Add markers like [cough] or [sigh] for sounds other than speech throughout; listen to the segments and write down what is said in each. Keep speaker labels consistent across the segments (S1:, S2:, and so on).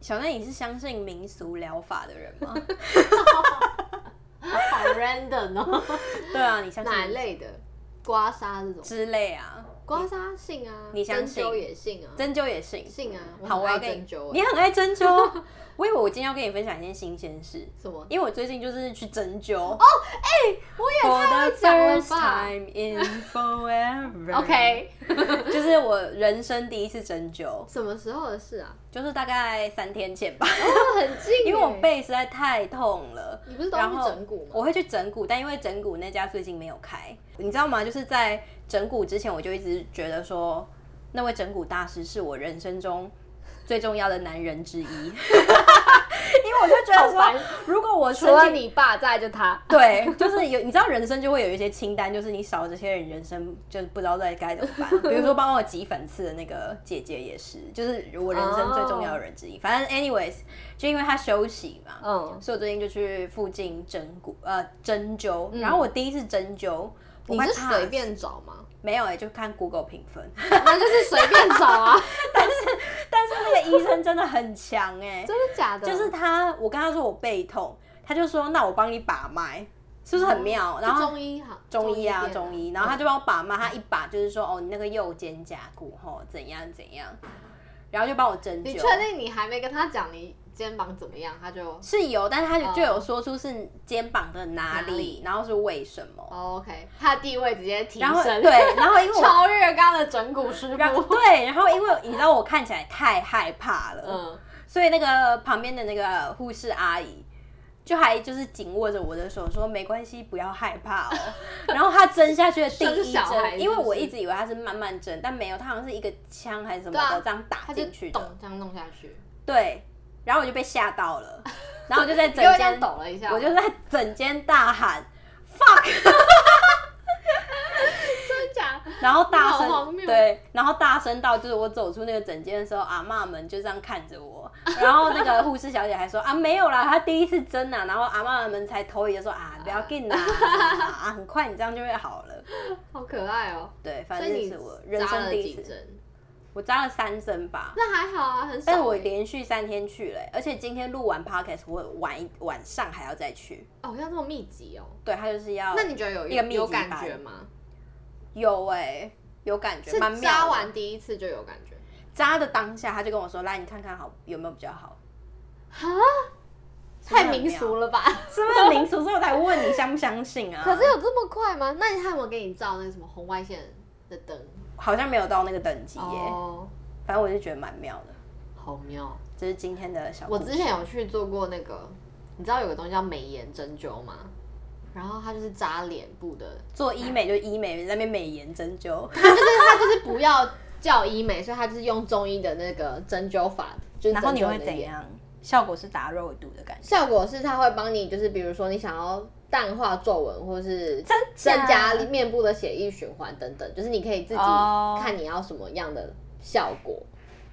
S1: 小奈，你是相信民俗疗法的人
S2: [laughs]
S1: 吗？
S2: 好 random 哦，
S1: 对啊，你相信
S2: [laughs] 哪类的？刮痧这种，
S1: 之类啊？
S2: 刮痧信啊，
S1: 你相信
S2: 针灸也信啊，
S1: 针灸也信。
S2: 信啊，
S1: 好，
S2: 很
S1: 我
S2: 爱
S1: 要跟你
S2: 针灸，
S1: 你很爱针
S2: [laughs]
S1: 灸。我以为我今天要跟你分享一件新鲜事，[laughs]
S2: 什么？
S1: 因为我最近就是去针
S2: [laughs]
S1: 灸。哦，
S2: 哎我也
S1: For the
S2: 太会讲了
S1: first
S2: 吧
S1: time in forever 。
S2: [laughs] ？OK，
S1: [laughs] 就是我人生第一次针灸，
S2: 什么时候的事啊？
S1: 就是大概三天前吧，
S2: 哦，很近耶，
S1: [laughs] 因为我背实在太痛了。
S2: 你不是都
S1: 然
S2: 要
S1: 后
S2: 去整骨吗？
S1: 我会去整骨，但因为整骨那家最近没有开，你知道吗？就是在整骨之前，我就一直觉得说，那位整骨大师是我人生中最重要的男人
S2: [laughs]
S1: 之一，因为我就觉得
S2: 好烦
S1: 说，如果我
S2: 除
S1: 身体
S2: 了你爸在，就
S1: [laughs]
S2: 他。
S1: 对，就是有你知道人生就会有一些清单，就是你少这些人，人生就不知道在该怎么
S2: [laughs]
S1: 办。比如说帮我挤粉刺的那个姐姐也是，就是我人生最重要的人之一。反正 anyways，就因为她休息嘛，
S2: 嗯，
S1: 所以我最近就去附近针骨呃针灸，然后我第一次针灸。我
S2: 嗯你
S1: 快
S2: 是
S1: 怕
S2: 随
S1: 死
S2: 便找吗？
S1: 没有哎、就看 Google 评分， [laughs]
S2: 那就是随便找啊，
S1: 但是那个医生真的很强哎、
S2: [laughs] 真的假的？
S1: 就是他，我跟他说我背痛，他就说那我帮你把脉，是不是很妙？然后
S2: 是哦中医好，
S1: 中医啊，
S2: 店
S1: 中医，然后他就帮我把脉，他一把就是说，哦，你那个右肩胛骨吼怎样怎样，然后就帮我针灸。
S2: 你确定你还没跟他讲你肩膀怎么样，他就是
S1: 有，但是他就
S2: 哦
S1: 就有说出是肩膀的哪里，
S2: 哪里
S1: 然后是为什么，
S2: 哦 OK，他的地位直接提
S1: 然后
S2: 升，
S1: 对，然后因为我
S2: 超越刚刚的整蛊师
S1: 然后
S2: 傅，
S1: 对，然后因为你知道我看起来太害怕了，
S2: 嗯，
S1: 所以那个旁边的那个护士阿姨。就还就是紧握着我的手说没关系，不要害怕哦。
S2: [laughs]
S1: 然后她针下去的第
S2: 是
S1: 一
S2: 小孩是不
S1: 针，
S2: 是
S1: 因为我一直以为她是慢慢针，但没有，她好像是一个枪还是什么的
S2: 对啊
S1: 这样打
S2: 他就
S1: 进去的。
S2: 咚这样弄下去，
S1: 对，然后我就被吓到
S2: [laughs]
S1: 了，然后我就在
S2: 因为
S1: 整
S2: 这样
S1: 间，
S2: 抖了一下，
S1: 我就在整间大喊 fuck，
S2: 真的假的？
S1: 然后大
S2: 你好荒
S1: 声
S2: 谬
S1: 对，然后大声到就是我走出那个整间的时候，阿嬷们就这样看着我，然后那个护士小姐还说啊没有啦，她第一次针啊，然后阿嬷们才投疑的说啊不要
S2: [laughs]
S1: 紧啦，啊很快你这样就会好了，
S2: 好可爱哦。
S1: 对，反
S2: 所
S1: 正
S2: 以你
S1: 是我人
S2: 扎
S1: 生
S2: 了
S1: 第一
S2: 几
S1: 次，
S2: 针？
S1: 我扎了三针吧。
S2: 那还好啊，很少欸。
S1: 但是我连续三天去了欸、而且今天录完 podcast，我晚一晚上还要再去。
S2: 哦要这么密集哦。
S1: 对，他就是要
S2: 那你觉得有
S1: 一个密集
S2: 有感
S1: 班
S2: 觉吗？
S1: 有哎、有感觉，
S2: 是
S1: 蛮妙的。
S2: 扎完第一次就有感觉？
S1: 扎的当下，他就跟我说：“来，你看看好有没有比较好。
S2: 哈，
S1: 是不是
S2: 太
S1: 很
S2: 民
S1: 妙
S2: 俗
S1: [laughs]
S2: 了吧？”
S1: 是不是民俗？所以我才问你相不相信啊？
S2: 可是有这么快吗？那你还有没有给你照那个什么红外线的灯？
S1: 好像没有到那个等级耶、
S2: 哦，
S1: 反正我就觉得蛮妙的。
S2: 好妙！
S1: 这是今天的小故
S2: 我
S1: 事
S2: 之前有去做过那个，你知道有个东西叫美颜针灸吗？然后它就是扎脸部的，
S1: 做医美就医美，在那边美颜针灸，
S2: 它就是它就是不要叫医美，所以它就是用中医的那个针灸法，就
S1: [laughs]
S2: 是
S1: 然后你
S2: 针灸
S1: 会
S2: 的
S1: 怎
S2: 脸？
S1: 样？效果是打肉毒的 [laughs] 感觉，
S2: 效果是它会帮你，就是比如说你想要淡化皱纹，或是
S1: 真假
S2: 增加面部的血液循环等等，就是你可以自己
S1: 哦
S2: 看你要什么样的效果。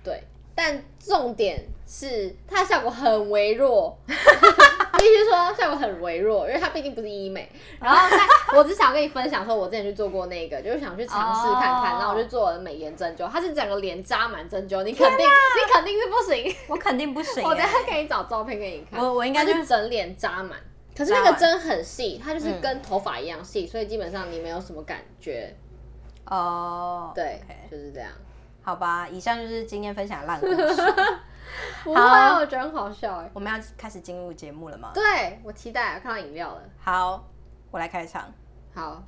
S2: 对，但重点是它的效果很微弱，必须说效果很微弱，因为它毕竟不是医美。然后但我只想跟你分享说，我之前去做过那个，就是想去尝试看看
S1: 哦
S2: 然后我就做了美颜针灸，它是整个脸扎满针灸，你肯定你肯定是不行。
S1: 我肯定不行、
S2: 我等一
S1: 欸。
S2: 下可以找照片给你看。
S1: 我我应该
S2: 它
S1: 就是
S2: 整脸扎满，可是
S1: 扎嗯
S2: 那个
S1: 完
S2: 针很细，它就是跟头发一样细，所以基本上你没有什么感觉。
S1: [laughs] 哦，
S2: 对
S1: OK
S2: 就是这样。
S1: 好吧，以上就是今天分享的烂故事。 [laughs]
S2: 不
S1: 会啊
S2: 我觉得很好笑哎。
S1: 我们要开始进入节目了吗？
S2: 对，我期待我啊看到饮料了。
S1: 好，我来开场。
S2: 好，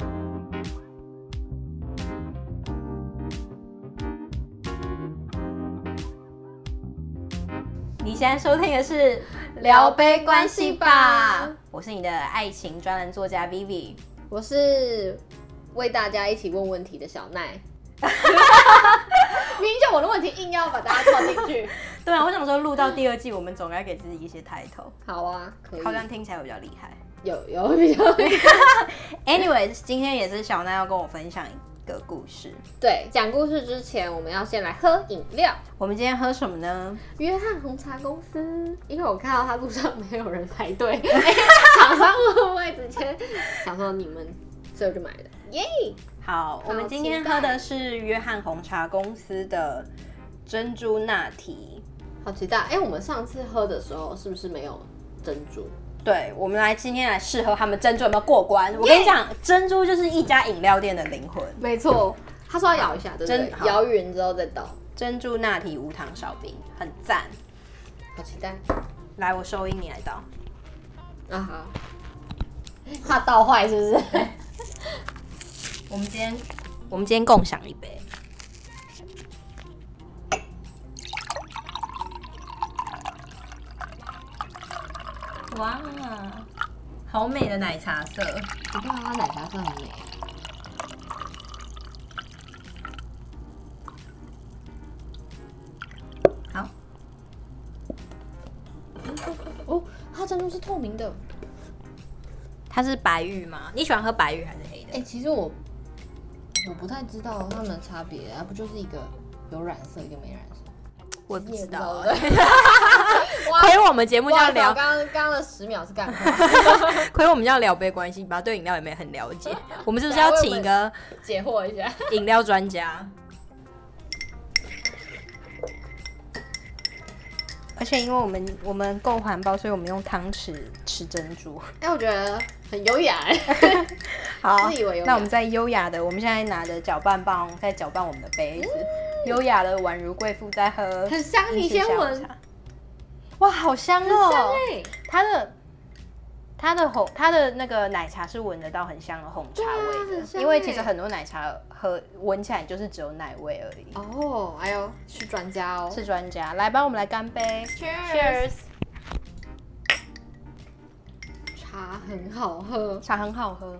S1: 你现在收听的是《
S2: 聊杯关系吧》，
S1: 我是你的爱情专栏作家 Vivi。
S2: 我是为大家一起问问题的小
S1: [laughs]
S2: 奈。明明就我的问题，硬要把大家套进
S1: [laughs]
S2: 去。
S1: 对啊，我想说录到第二季，我们总该给自己一些 title，
S2: 好啊，可以。
S1: 好像听起来会比较厉害。
S2: 有有比较 [laughs]
S1: Anyways，今天也是小奈要跟我分享一个故事。
S2: 对。讲故事之前，我们要先来喝饮料。
S1: 我们今天喝什么呢？
S2: 约翰红茶公司，因为我看到他路上没有人排队， [laughs] 哎厂商会不会直接想说你们，所以我就买了，耶、
S1: 好，我们今天喝的是约翰红茶公司的珍珠拿提。
S2: 好好期待！哎、我们上次喝的时候是不是没有珍珠？
S1: 对，我们来今天来试喝他们珍珠有没有过关。我跟你讲，珍珠就是一家饮料店的灵魂。
S2: 没错，他说要摇一下，对不
S1: 真
S2: 对
S1: 好？
S2: 摇匀之后再倒，
S1: 珍珠拿铁无糖少冰，很赞。
S2: 好期待
S1: 来，我收音你来倒。
S2: 啊！好，怕倒坏是不是？
S1: 我们今天，我们今天共享一杯。哇，好美的奶茶色！
S2: [laughs] 我看它奶茶色很美，
S1: 好，
S2: 哦，它珍珠是透明的。
S1: 它是白玉吗？你喜欢喝白玉还是黑
S2: 哎、
S1: 的？
S2: 其实我我不太知道它们的差别，它不就是一个有染色，一个没染色？
S1: 我也不知道。
S2: 你
S1: [laughs]
S2: 也不知道对哇
S1: 亏我们节目
S2: 不
S1: 叫聊
S2: [laughs] 刚刚刚的十秒是干嘛？ [laughs]
S1: 亏我们叫聊杯关系吧，对饮料也没很了
S2: [laughs]
S1: 解。我们是不是要请一个
S2: 解惑一下。
S1: 饮料专家？而且因为我们我们够环保，所以我们用汤匙吃珍珠。
S2: [laughs] 哎、我觉得很优雅、哎
S1: [laughs] 好
S2: 自以为有，
S1: 那我们在优雅的，我们现在拿着搅拌棒在搅拌我们的杯子，优雅的宛如贵妇在喝
S2: 嗯很香
S1: 英式
S2: 你先
S1: 下午
S2: 闻哎
S1: 茶。哇，好香哦！
S2: 对，
S1: 它的它的红它的那个奶茶是闻得到很香的红茶味
S2: 对啊
S1: 的，
S2: 很香
S1: 因为
S2: 欸
S1: 其实很多奶茶喝闻起来就是只有奶味而已。
S2: 哦，哎呦，是专家哦。
S1: 是专家，来吧，我们来干杯
S2: Cheers 茶很好喝，
S1: 茶很好喝，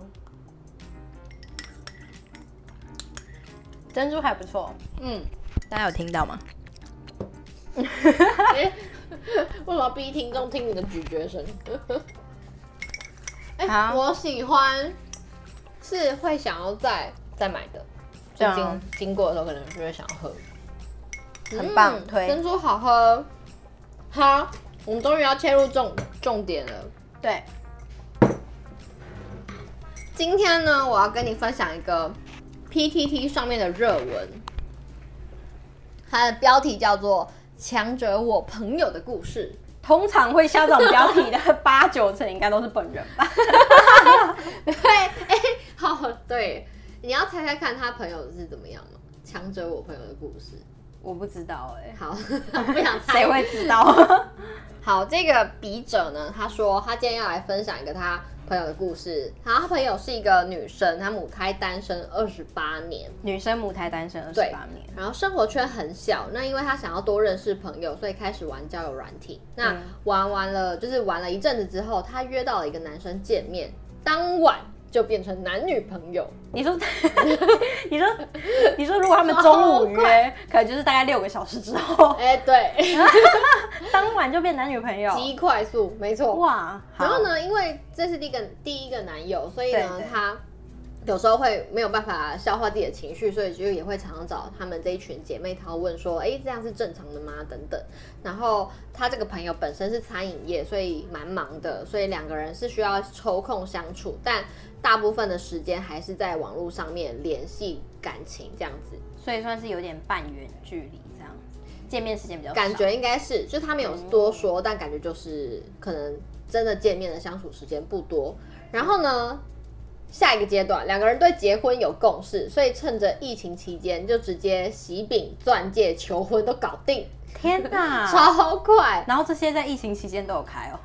S1: 珍珠还不错，
S2: 嗯，
S1: 大家有听到吗？
S2: [laughs] 哎为什么要逼听众听你的咀嚼声？ [laughs] 哎、
S1: 好
S2: 我喜欢，是会想要再再买的，
S1: 对
S2: 就
S1: 啊
S2: 经、经过的时候可能就会想喝，
S1: 很棒
S2: 嗯
S1: 推
S2: 珍珠好喝。好，我们终于要切入重重点了。
S1: [laughs] 对，
S2: 今天呢，我要跟你分享一个 PTT 上面的热文，它的标题叫做《强者我朋友的故事
S1: 通常会下这种标题 [laughs] 的八九成应该都是本人吧？》。
S2: 对，哎、 [laughs] 好，对，你要猜猜看他朋友是怎么样吗？强者我朋友的故事。
S1: 我不知道哎、
S2: 好，不想猜
S1: 谁。会知道？
S2: 好，这个笔者呢，他说他今天要来分享一个他朋友的故事。然后他朋友是一个女生，她母胎单身二十八年。
S1: [laughs] 女生母胎单身二十
S2: 对
S1: 八年，
S2: 然后生活圈很小，那因为他想要多认识朋友，所以开始玩交友软体。那
S1: 嗯
S2: 玩完了，就是玩了一阵子之后，他约到了一个男生见面，当晚就变成男女朋友。
S1: 你说， [laughs] 你说，你说，如果他们中午
S2: 好
S1: 约，可能就是大概六个小时之后， [laughs]
S2: 哎、对， [laughs]
S1: 当晚就变男女朋友。
S2: 极快速，没错。
S1: 哇，好
S2: 然后？呢，因为这是第一个第一个男友，所以呢，
S1: 对对
S2: 他有时候会没有办法消化自己的情绪，所以就也会常常找他们这一群姐妹淘问说：“哎、这样是正常的吗？”等等。然后他这个朋友本身是餐饮业，所以蛮忙的，所以两个人是需要抽空相处，但大部分的时间还是在网络上面联系感情这样子。
S1: 所以算是有点半远距离这样子，见面时间比较少
S2: 感觉应该是，就他没有多
S1: 嗯
S2: 说，但感觉就是可能真的见面的相处时间不多。然后呢，下一个阶段，两个人对结婚有共识，所以趁着疫情期间就直接喜饼、钻戒、求婚都搞定，
S1: 天哪！
S2: 超快。
S1: 然后这些在疫情期间都有开哦，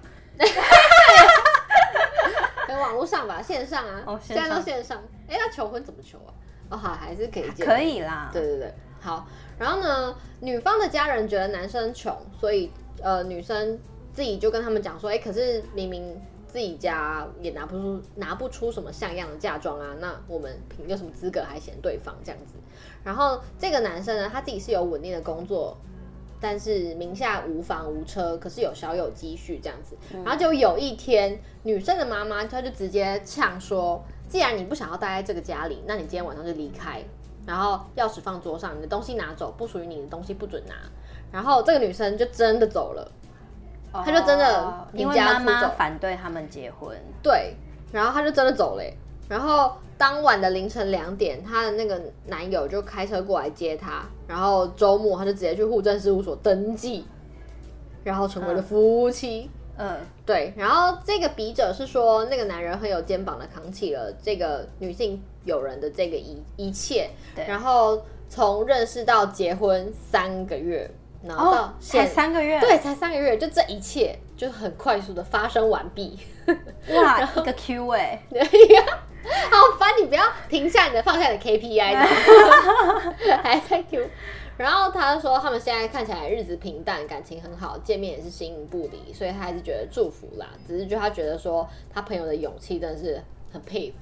S2: 跟哎网络上吧，线上啊，
S1: 哦线
S2: 现
S1: 上
S2: 在都线上。哎，那求婚怎么求啊？哦，好，还是可以见。
S1: 可以啦。
S2: 对对对，好。然后呢，女方的家人觉得男生穷，所以呃，女生自己就跟他们讲说，哎，可是明明自己家也拿不出拿不出什么像样的嫁妆啊，那我们凭有什么资格还嫌对方这样子？然后这个男生呢，他自己是有稳定的工作。但是名下无房无车，可是有小有积蓄这样子，然后就有一天，女生的妈妈她就直接呛说：“既然你不想要待在这个家里，那你今天晚上就离开。”然后钥匙放桌上，你的东西拿走，不属于你的东西不准拿。然后这个女生就真的走了，
S1: 哦
S2: 他就真的
S1: 因为
S2: 离家
S1: 妈妈
S2: 出走
S1: 反对他们结婚，
S2: 对，然后她就真的走了欸、然后当晚的凌晨两点，她的那个男友就开车过来接她，然后周末她就直接去户政事务所登记，然后成为了夫妻。
S1: 嗯
S2: 对，然后这个笔者是说，那个男人很有肩膀的扛起了这个女性友人的这个一一切，
S1: 对
S2: 然后从认识到结婚三个月，然后到
S1: 哦，才
S2: 现、
S1: 三个月，
S2: 对，才三个月，就这一切就很快速的发生完毕。
S1: 哇，一个 Q 哎、
S2: [laughs] 好烦，你不要停下你的放下你的 KPI，然后还在 Q。然后他说他们现在看起来日子平淡，感情很好，见面也是形影不离，所以他还是觉得祝福啦。只是就他觉得说他朋友的勇气真的是很佩服，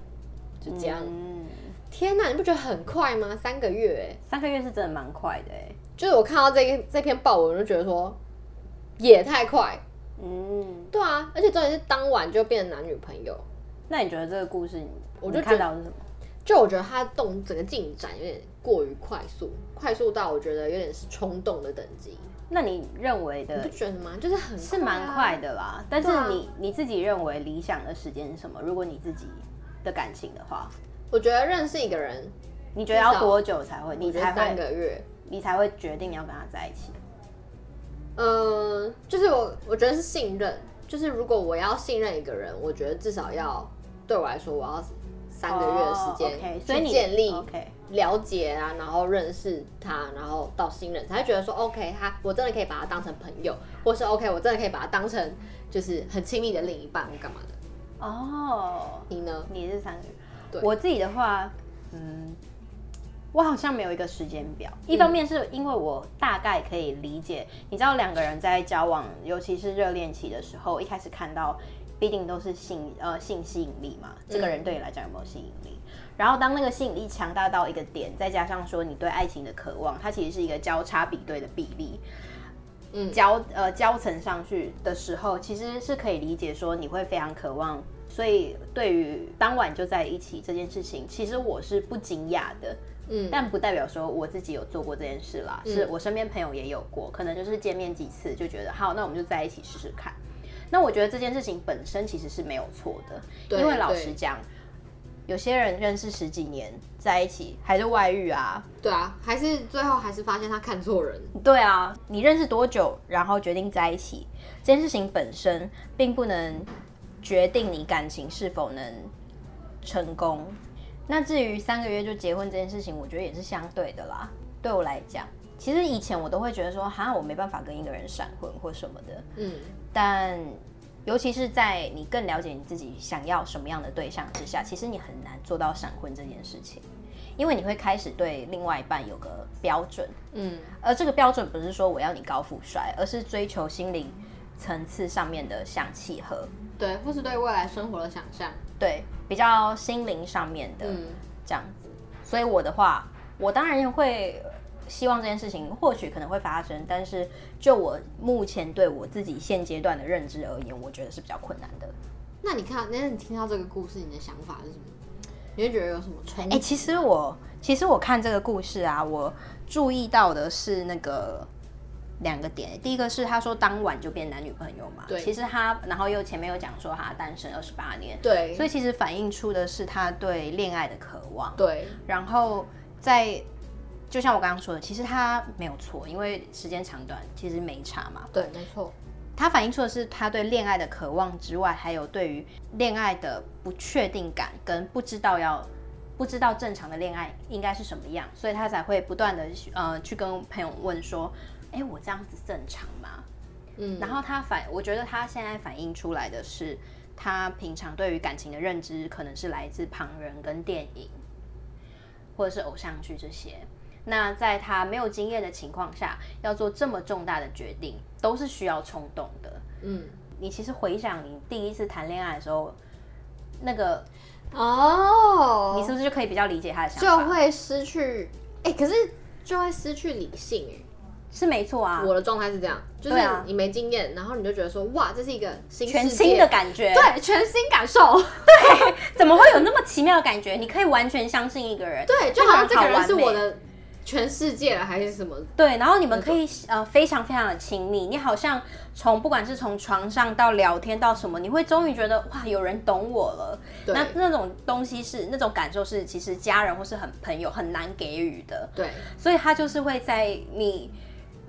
S2: 就这样。
S1: 嗯，
S2: 天哪，你不觉得很快吗？三个月、欸，
S1: 三个月是真的蛮快的哎、
S2: 就是我看到这个这篇报文，我就觉得说也太快。
S1: 嗯，
S2: 对啊，而且重点是当晚就变成男女朋友，
S1: 那你觉得这个故事你，
S2: 我
S1: 你
S2: 就
S1: 看
S2: 觉得
S1: 到的是什么？
S2: 就我觉得他动整个进展有点过于快速，快速到我觉得有点是冲动的等级，
S1: 那你认为
S2: 你不
S1: 的
S2: 觉得吗？就是很、啊
S1: 是蛮快，的啦，但是
S2: 对啊
S1: 你、你自己认为理想的时间是什么？如果你自己的感情的话，
S2: 我觉得认识一个人，
S1: 你觉得要多久才会你
S2: 我觉
S1: 才
S2: 得三
S1: 会
S2: 个月，
S1: 你才会决定要跟他在一起？
S2: 嗯、就是我我觉得是信任，就是如果我要信任一个人，我觉得至少要对我来说，我要三个月的时
S1: 哦，OK，
S2: 间
S1: 所以
S2: 去
S1: 你
S2: 建立
S1: OK，
S2: 了解啊，然后认识他，然后到信任，才会觉得说 OK，他我真的可以把他当成朋友，或是 OK，我真的可以把他当成就是很亲密的另一半，或干嘛的。
S1: 哦，
S2: 你呢？
S1: 你是三个月
S2: 对，
S1: 我自己的话，嗯，我好像没有一个时间表。一方面是因为我大概可以理解，你知道两个人在交往，尤其是热恋期的时候，一开始看到必定都是性呃性吸引力嘛，这个人对你来讲有没有吸引力？然后当那个吸引力强大到一个点，再加上说你对爱情的渴望，它其实是一个交叉比对的比例。
S2: 嗯
S1: 交呃交层上去的时候，其实是可以理解说你会非常渴望，所以对于当晚就在一起这件事情，其实我是不惊讶的，
S2: 嗯，
S1: 但不代表说我自己有做过这件事啦，是我身边朋友也有过，可能就是见面几次就觉得好，那我们就在一起试试看。那我觉得这件事情本身其实是没有错的，
S2: 对
S1: 因为老
S2: 对
S1: 实讲，有些人认识十几年在一起还是外遇啊，
S2: 对啊，还是最后还是发现他看错人。
S1: 对啊，你认识多久，然后决定在一起，这件事情本身并不能决定你感情是否能成功。那至于三个月就结婚这件事情，我觉得也是相对的啦。对我来讲，其实以前我都会觉得说，哈，我没办法跟一个人闪婚或什么的。
S2: 嗯，
S1: 但尤其是在你更了解你自己想要什么样的对象之下，其实你很难做到闪婚这件事情，因为你会开始对另外一半有个标准。
S2: 嗯，
S1: 而呃这个标准不是说我要你高富帅，而是追求心灵层次上面的相契合，
S2: 嗯对，或是对未来生活的想象。
S1: 对，比较心灵上面的
S2: 嗯，
S1: 这样子。所以我的话，我当然会呃希望这件事情或许可能会发生，但是就我目前对我自己现阶段的认知而言，我觉得是比较困难的。
S2: 那你看，那你听到这个故事，你的想法是什么？你会觉得有什么冲
S1: 哎、
S2: 击？
S1: 其实我其实我看这个故事啊，我注意到的是那个两个点，第一个是他说当晚就变男女朋友嘛，
S2: 对
S1: 其实他然后又前面又讲说他单身二十八年，
S2: 对，
S1: 所
S2: 以
S1: 以其实反映出的是他对恋爱的渴望，
S2: 对，
S1: 然后在。就像我刚刚说的，其实他没有错，因为时间长短其实没差嘛。
S2: 对，没错，
S1: 它反映出的是他对恋爱的渴望之外，还有对于恋爱的不确定感跟不知道要不知道正常的恋爱应该是什么样，所以他才会不断的呃去跟朋友问说，哎、我这样子正常吗？
S2: 嗯，
S1: 然后他反，我觉得他现在反映出来的是，他平常对于感情的认知可能是来自旁人跟电影，或者是偶像剧这些。那在他没有经验的情况下，要做这么重大的决定，都是需要冲动的。
S2: 嗯，
S1: 你其实回想你第一次谈恋爱的时候，那个
S2: 哦，
S1: 你是不是就可以比较理解他的想
S2: 就
S1: 法？
S2: 会失去，哎、可是就会失去理性、哎、
S1: 是没错啊，
S2: 我的状态是这样，就是
S1: 对啊
S2: 你没经验，然后你就觉得说，哇，这是一个新
S1: 全
S2: 世界
S1: 新的感觉。
S2: 对，全新感受，
S1: 怎么会有那么奇妙的感觉？你可以完全相信一个人，
S2: 对，就好像这个人是
S1: 那个完美
S2: 我
S1: [laughs]
S2: 的全世界了，还是什么？
S1: 对，然后你们可以呃非常非常的亲密，你好像从不管是从床上到聊天到什么，你会终于觉得哇有人懂我了。
S2: 对
S1: 那那种东西是那种感受是其实家人或是很朋友很难给予的，
S2: 对，
S1: 所以他就是会在你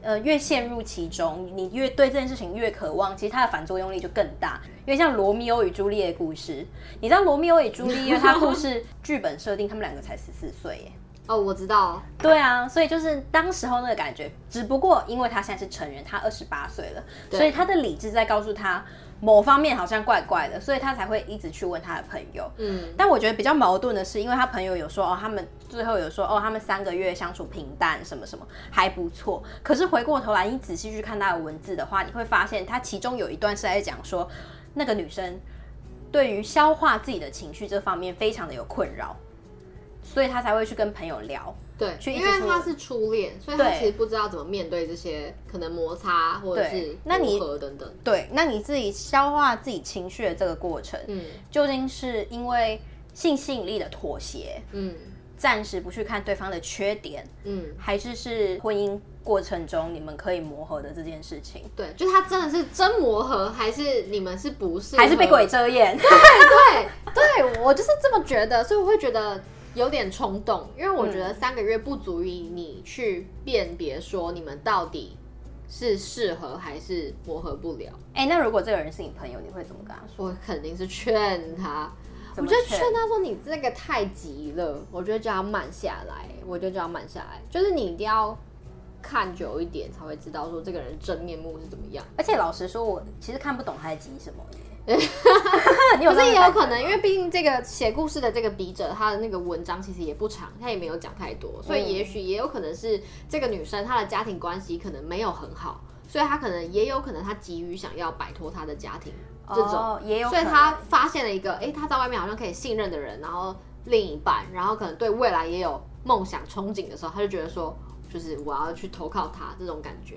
S1: 呃越陷入其中，你越对这件事情越渴望，其实它的反作用力就更大。因为像罗密欧与朱丽叶的故事，你知道罗密欧与朱丽叶它故事 [laughs] 剧本设定，他们两个才十四岁耶。
S2: 哦，我知道，
S1: 对啊，所以就是当时候那个感觉，只不过因为他现在是成人，他二十八岁了，
S2: 对
S1: 所以他的理智在告诉他某方面好像怪怪的，所以他才会一直去问他的朋友。
S2: 嗯，
S1: 但我觉得比较矛盾的是，因为他朋友有说哦，他们最后有说哦，他们三个月相处平淡，什么什么还不错。可是回过头来，你仔细去看他的文字的话，你会发现他其中有一段是在讲说，那个女生对于消化自己的情绪这方面非常的有困扰，所以她才会去跟朋友聊。
S2: 对，
S1: 去一
S2: 因
S1: 直
S2: 为
S1: 说
S2: 他是初恋，所以他
S1: 对
S2: 其实不知道怎么面对这些可能摩擦或者
S1: 对
S2: 是
S1: 那你
S2: 磨合等等，
S1: 对，那你自己消化自己情绪的这个过程，
S2: 嗯
S1: 究竟是因为性吸引力的妥协，
S2: 嗯
S1: 暂时不去看对方的缺点，
S2: 嗯，
S1: 还是是婚姻过程中你们可以磨合的这件事情，
S2: 对，就他真的是真磨合，还是你们是不是
S1: 还是被鬼遮眼？
S2: 对 [laughs] 对，我就是这么觉得，所以我会觉得有点冲动，因为我觉得三个月不足以你去辨别说你们到底是适合还是磨合不了。
S1: [laughs] 哎、那如果这个人是你朋友，你会怎么跟他说？
S2: 我肯定是劝他，我
S1: 怎么
S2: 就劝他说你这个太急了，我觉得就要慢下来，我觉得就要慢下来，就是你一定要看久一点才会知道说这个人真面目是怎么样。
S1: 而且老实说，我其实看不懂他在急什么耶。
S2: [laughs]
S1: 你有
S2: 可
S1: 这种
S2: 是也有
S1: 感觉
S2: 可能，
S1: 吗
S2: 因为毕竟这个写故事的这个笔者，他的那个文章其实也不长，他也没有讲太多，所
S1: 嗯
S2: 以也许也有可能是这个女生她的家庭关系可能没有很好，所以她可能也有可能她急于想要摆脱她的家庭这种，
S1: 哦、也有可
S2: 所以
S1: 能，
S2: 她发现了一个，哎、她在外面好像可以信任的人，然后另一半，然后可能对未来也有梦想憧憬的时候，她就觉得说，就是我要去投靠他这种感觉，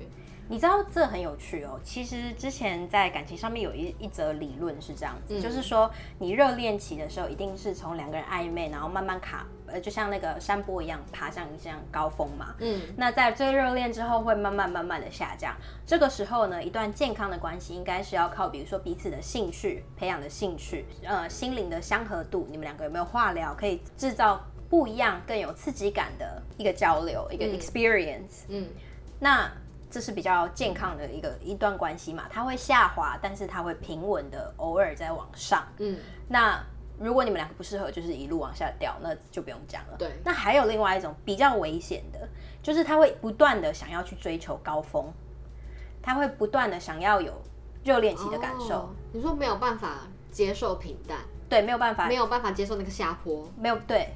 S1: 你知道这很有趣哦。其实之前在感情上面有一一则理论是这样子，就是说你热恋期的时候，一定是从两个人暧昧，然后慢慢卡，呃，就像那个山坡一样爬向一样高峰嘛。
S2: 嗯，
S1: 那在最热恋之后，会慢慢慢慢的下降。这个时候呢，一段健康的关系应该是要靠，比如说彼此的兴趣培养的兴趣，呃，心灵的相合度，你们两个有没有话聊，可以制造不一样、更有刺激感的一个交流，一个 experience。
S2: 嗯
S1: 那这是比较健康的一个一段关系嘛，它会下滑，但是它会平稳的，偶尔在往上。
S2: 嗯，
S1: 那如果你们两个不适合，就是一路往下掉，那就不用讲了。
S2: 对
S1: 那还有另外一种比较危险的，就是他会不断的想要去追求高峰，他会不断的想要有热恋期的感受，
S2: 哦你说没有办法接受平淡。
S1: 对，没有办法，
S2: 没有办法接受那个下坡。
S1: 没有对，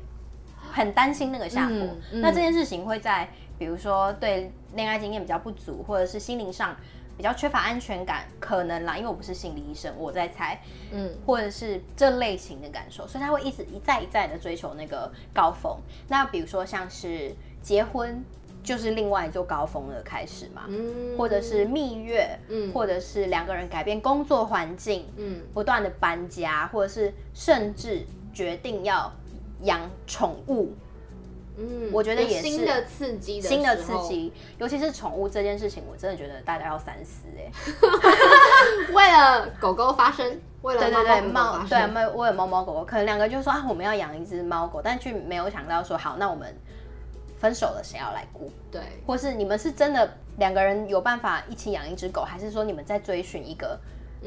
S1: 很担心那个下坡。
S2: 嗯嗯
S1: 那这件事情会在比如说对恋爱经验比较不足，或者是心灵上比较缺乏安全感，可能啦，因为我不是心理医生，我在猜，
S2: 嗯，
S1: 或者是这类型的感受，所以他会一直一再一再的追求那个高峰。那比如说像是结婚，就是另外一座高峰的开始嘛，
S2: 嗯，
S1: 或者是蜜月，
S2: 嗯
S1: 或者是两个人改变工作环境，
S2: 嗯
S1: 不断的搬家，或者是甚至决定要养宠物，
S2: 嗯，
S1: 我觉得也是
S2: 有新的刺激的
S1: 新的
S2: 时
S1: 刺
S2: 候。
S1: 激，尤其是宠物这件事情，我真的觉得大家要三思哎、
S2: 为了狗狗发声，为了
S1: 对
S2: 猫
S1: 对对，
S2: 猫狗狗
S1: 猫
S2: 发
S1: 对
S2: 声，
S1: 猫，我有猫猫狗狗，可能两个就说啊，我们要养一只猫狗，但却没有想到说好，那我们分手了，谁要来顾？
S2: 对
S1: 或是你们是真的两个人有办法一起养一只狗，还是说你们在追寻一个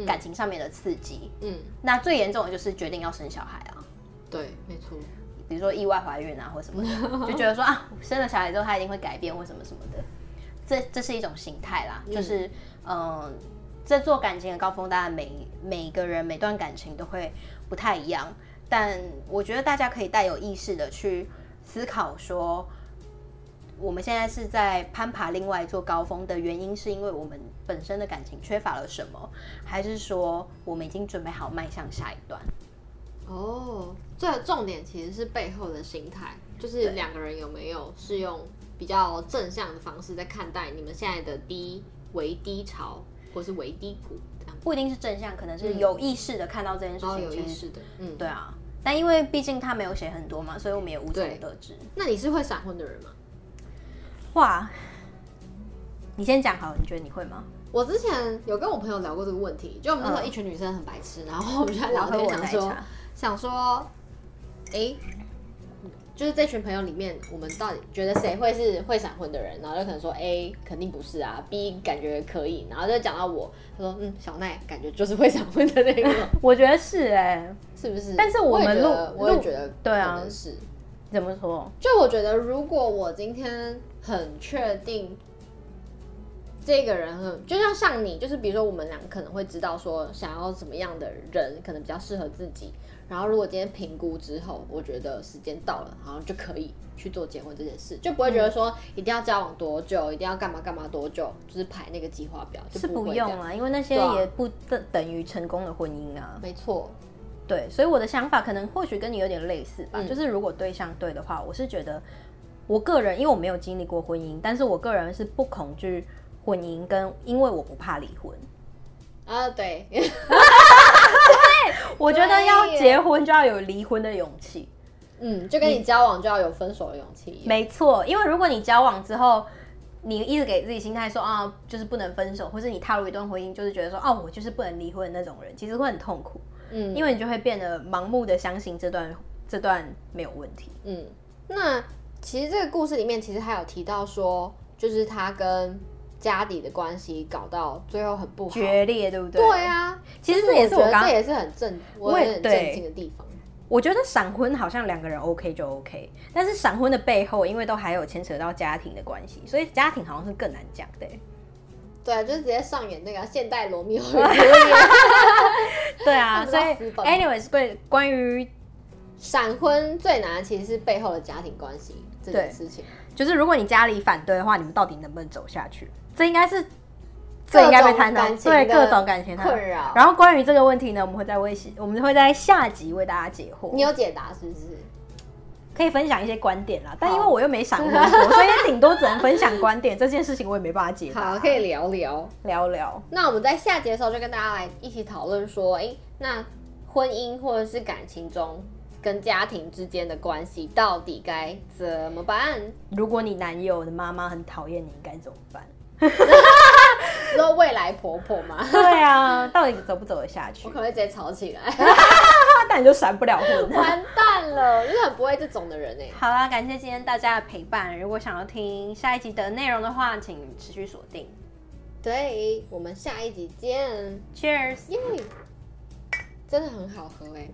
S1: 感情上面的刺激？
S2: 嗯，
S1: 那最严重的就是决定要生小孩啊。
S2: 对，没错。
S1: 比如说意外怀孕啊，或什么的，就觉得说啊，生了小孩之后他一定会改变或什么什么的，这这是一种形态啦，就是嗯、呃这做感情的高峰，当然每每个人每段感情都会不太一样，但我觉得大家可以带有意识的去思考说，我们现在是在攀爬另外一座高峰的原因，是因为我们本身的感情缺乏了什么，还是说我们已经准备好迈向下一段？
S2: 哦，这个重点其实是背后的心态，就是两个人有没有是用比较正向的方式在看待你们现在的低为低潮，或是为低谷这样。
S1: 不一定是正向，可能是有意识的看到这件事情，
S2: 嗯哦，有意
S1: 其实
S2: 识的，嗯，
S1: 对。啊。但因为毕竟他没有写很多嘛，所以我们也无从得知。
S2: 那你是会闪婚的人吗？
S1: 哇，你先讲好，你觉得你会吗？
S2: 我之前有跟我朋友聊过这个问题，就我们那时候
S1: 嗯
S2: 一群女生很白痴，然后我们就在
S1: 我
S2: 聊
S1: 喝
S2: 天，
S1: 我
S2: 想
S1: 奶
S2: 说
S1: 茶。
S2: 想说，诶，就是这群朋友里面，我们到底觉得谁会是会闪婚的人？然后就可能说 A 肯定不是啊，B 感觉可以，然后就讲到我，他说嗯，小奈感觉就是会闪婚的那个，
S1: 我觉得是哎、
S2: 是不是？
S1: 但是我
S2: 我也
S1: 们
S2: 觉得
S1: 录
S2: 我也
S1: 录
S2: 觉得
S1: 对啊
S2: 可能是。
S1: 怎么说？
S2: 就我觉得，如果我今天很确定这个人很，就像像你，就是比如说我们俩可能会知道说想要什么样的人可能比较适合自己，然后如果今天评估之后，我觉得时间到了，好像就可以去做结婚这件事，就不会觉得说一定要交往多久，一定要干嘛干嘛多久，就是排那个计划表，就是不
S1: 不
S2: 会这
S1: 用
S2: 样。
S1: 啊，因为那些
S2: 对啊
S1: 也不等等于成功的婚姻啊。
S2: 没错，
S1: 对，所以我的想法可能或许跟你有点类似吧，
S2: 嗯
S1: 就是如果对象对的话，我是觉得我个人，因为我没有经历过婚姻，但是我个人是不恐惧婚姻，跟因为我不怕离婚。
S2: 啊对， [laughs]
S1: 我觉得
S2: 对
S1: 要
S2: 耶
S1: 结婚就要有离婚的勇气。
S2: 嗯，就跟你交往就要有分手的勇气一样。
S1: 没错，因为如果你交往之后，你一直给自己心态说啊，就是不能分手，或是你踏入一段婚姻，就是觉得说哦、我就是不能离婚的那种人，其实会很痛苦，
S2: 嗯，
S1: 因为你就会变得盲目的相信这段这段没有问题。
S2: 嗯，那其实这个故事里面，其实还有提到说，就是他跟家里的关系搞到最后很不好。
S1: 决裂，对不对？
S2: 对，啊，
S1: 其实
S2: 就
S1: 这也是
S2: 我
S1: 我
S2: 觉得
S1: 刚
S2: 这，也是很震，我
S1: 我也
S2: 也很
S1: 对
S2: 震惊的地方。
S1: 我觉得闪婚好像两个人 OK 就 OK，但是闪婚的背后，因为都还有牵扯到家庭的关系，所以家庭好像是更难讲
S2: [laughs]
S1: 的欸、
S2: 对啊，就是直接上演那个现代罗密欧与朱丽叶
S1: 对啊，
S2: 他们
S1: 所
S2: 都
S1: 以
S2: 要
S1: anyways
S2: 私奔
S1: 关关于
S2: 闪婚最难的其实是背后的家庭关系这件事情，
S1: 就是如果你家里反对的话，你们到底能不能走下去？这应该是
S2: 各
S1: 这应
S2: 种
S1: 该被探讨
S2: 感，情
S1: 对
S2: 的
S1: 各种感情探讨
S2: 困扰
S1: 然后关于这个问题呢，我们会在微信，我们会在下集为大家解惑。
S2: 你有解答是不是？
S1: 可以分享一些观点啦，但因为我又没闪婚
S2: [laughs]
S1: 过，所以顶多只能分享观点。这件事情我也没办法解答。
S2: 好，可以聊聊。
S1: 聊聊。
S2: 那我们在下节的时候就跟大家来一起讨论说，诶，那婚姻或者是感情中跟家庭之间的关系到底该怎么 [laughs] 办？
S1: 如果你男友的妈妈很讨厌你，应该怎么
S2: [laughs]
S1: 办？
S2: 说未来婆婆嘛，
S1: 对啊，到底走不走得下去
S2: 我？可能会直接吵起来， [laughs]
S1: 那但你就闪不了婚。
S2: 完蛋了，就是很不会这种的人哎、
S1: 好啦，感谢今天大家的陪伴。如果想要听下一集的内容的话，请持续锁定。
S2: 对，我们下一集见，
S1: Cheers。
S2: 耶！真的很好喝哎、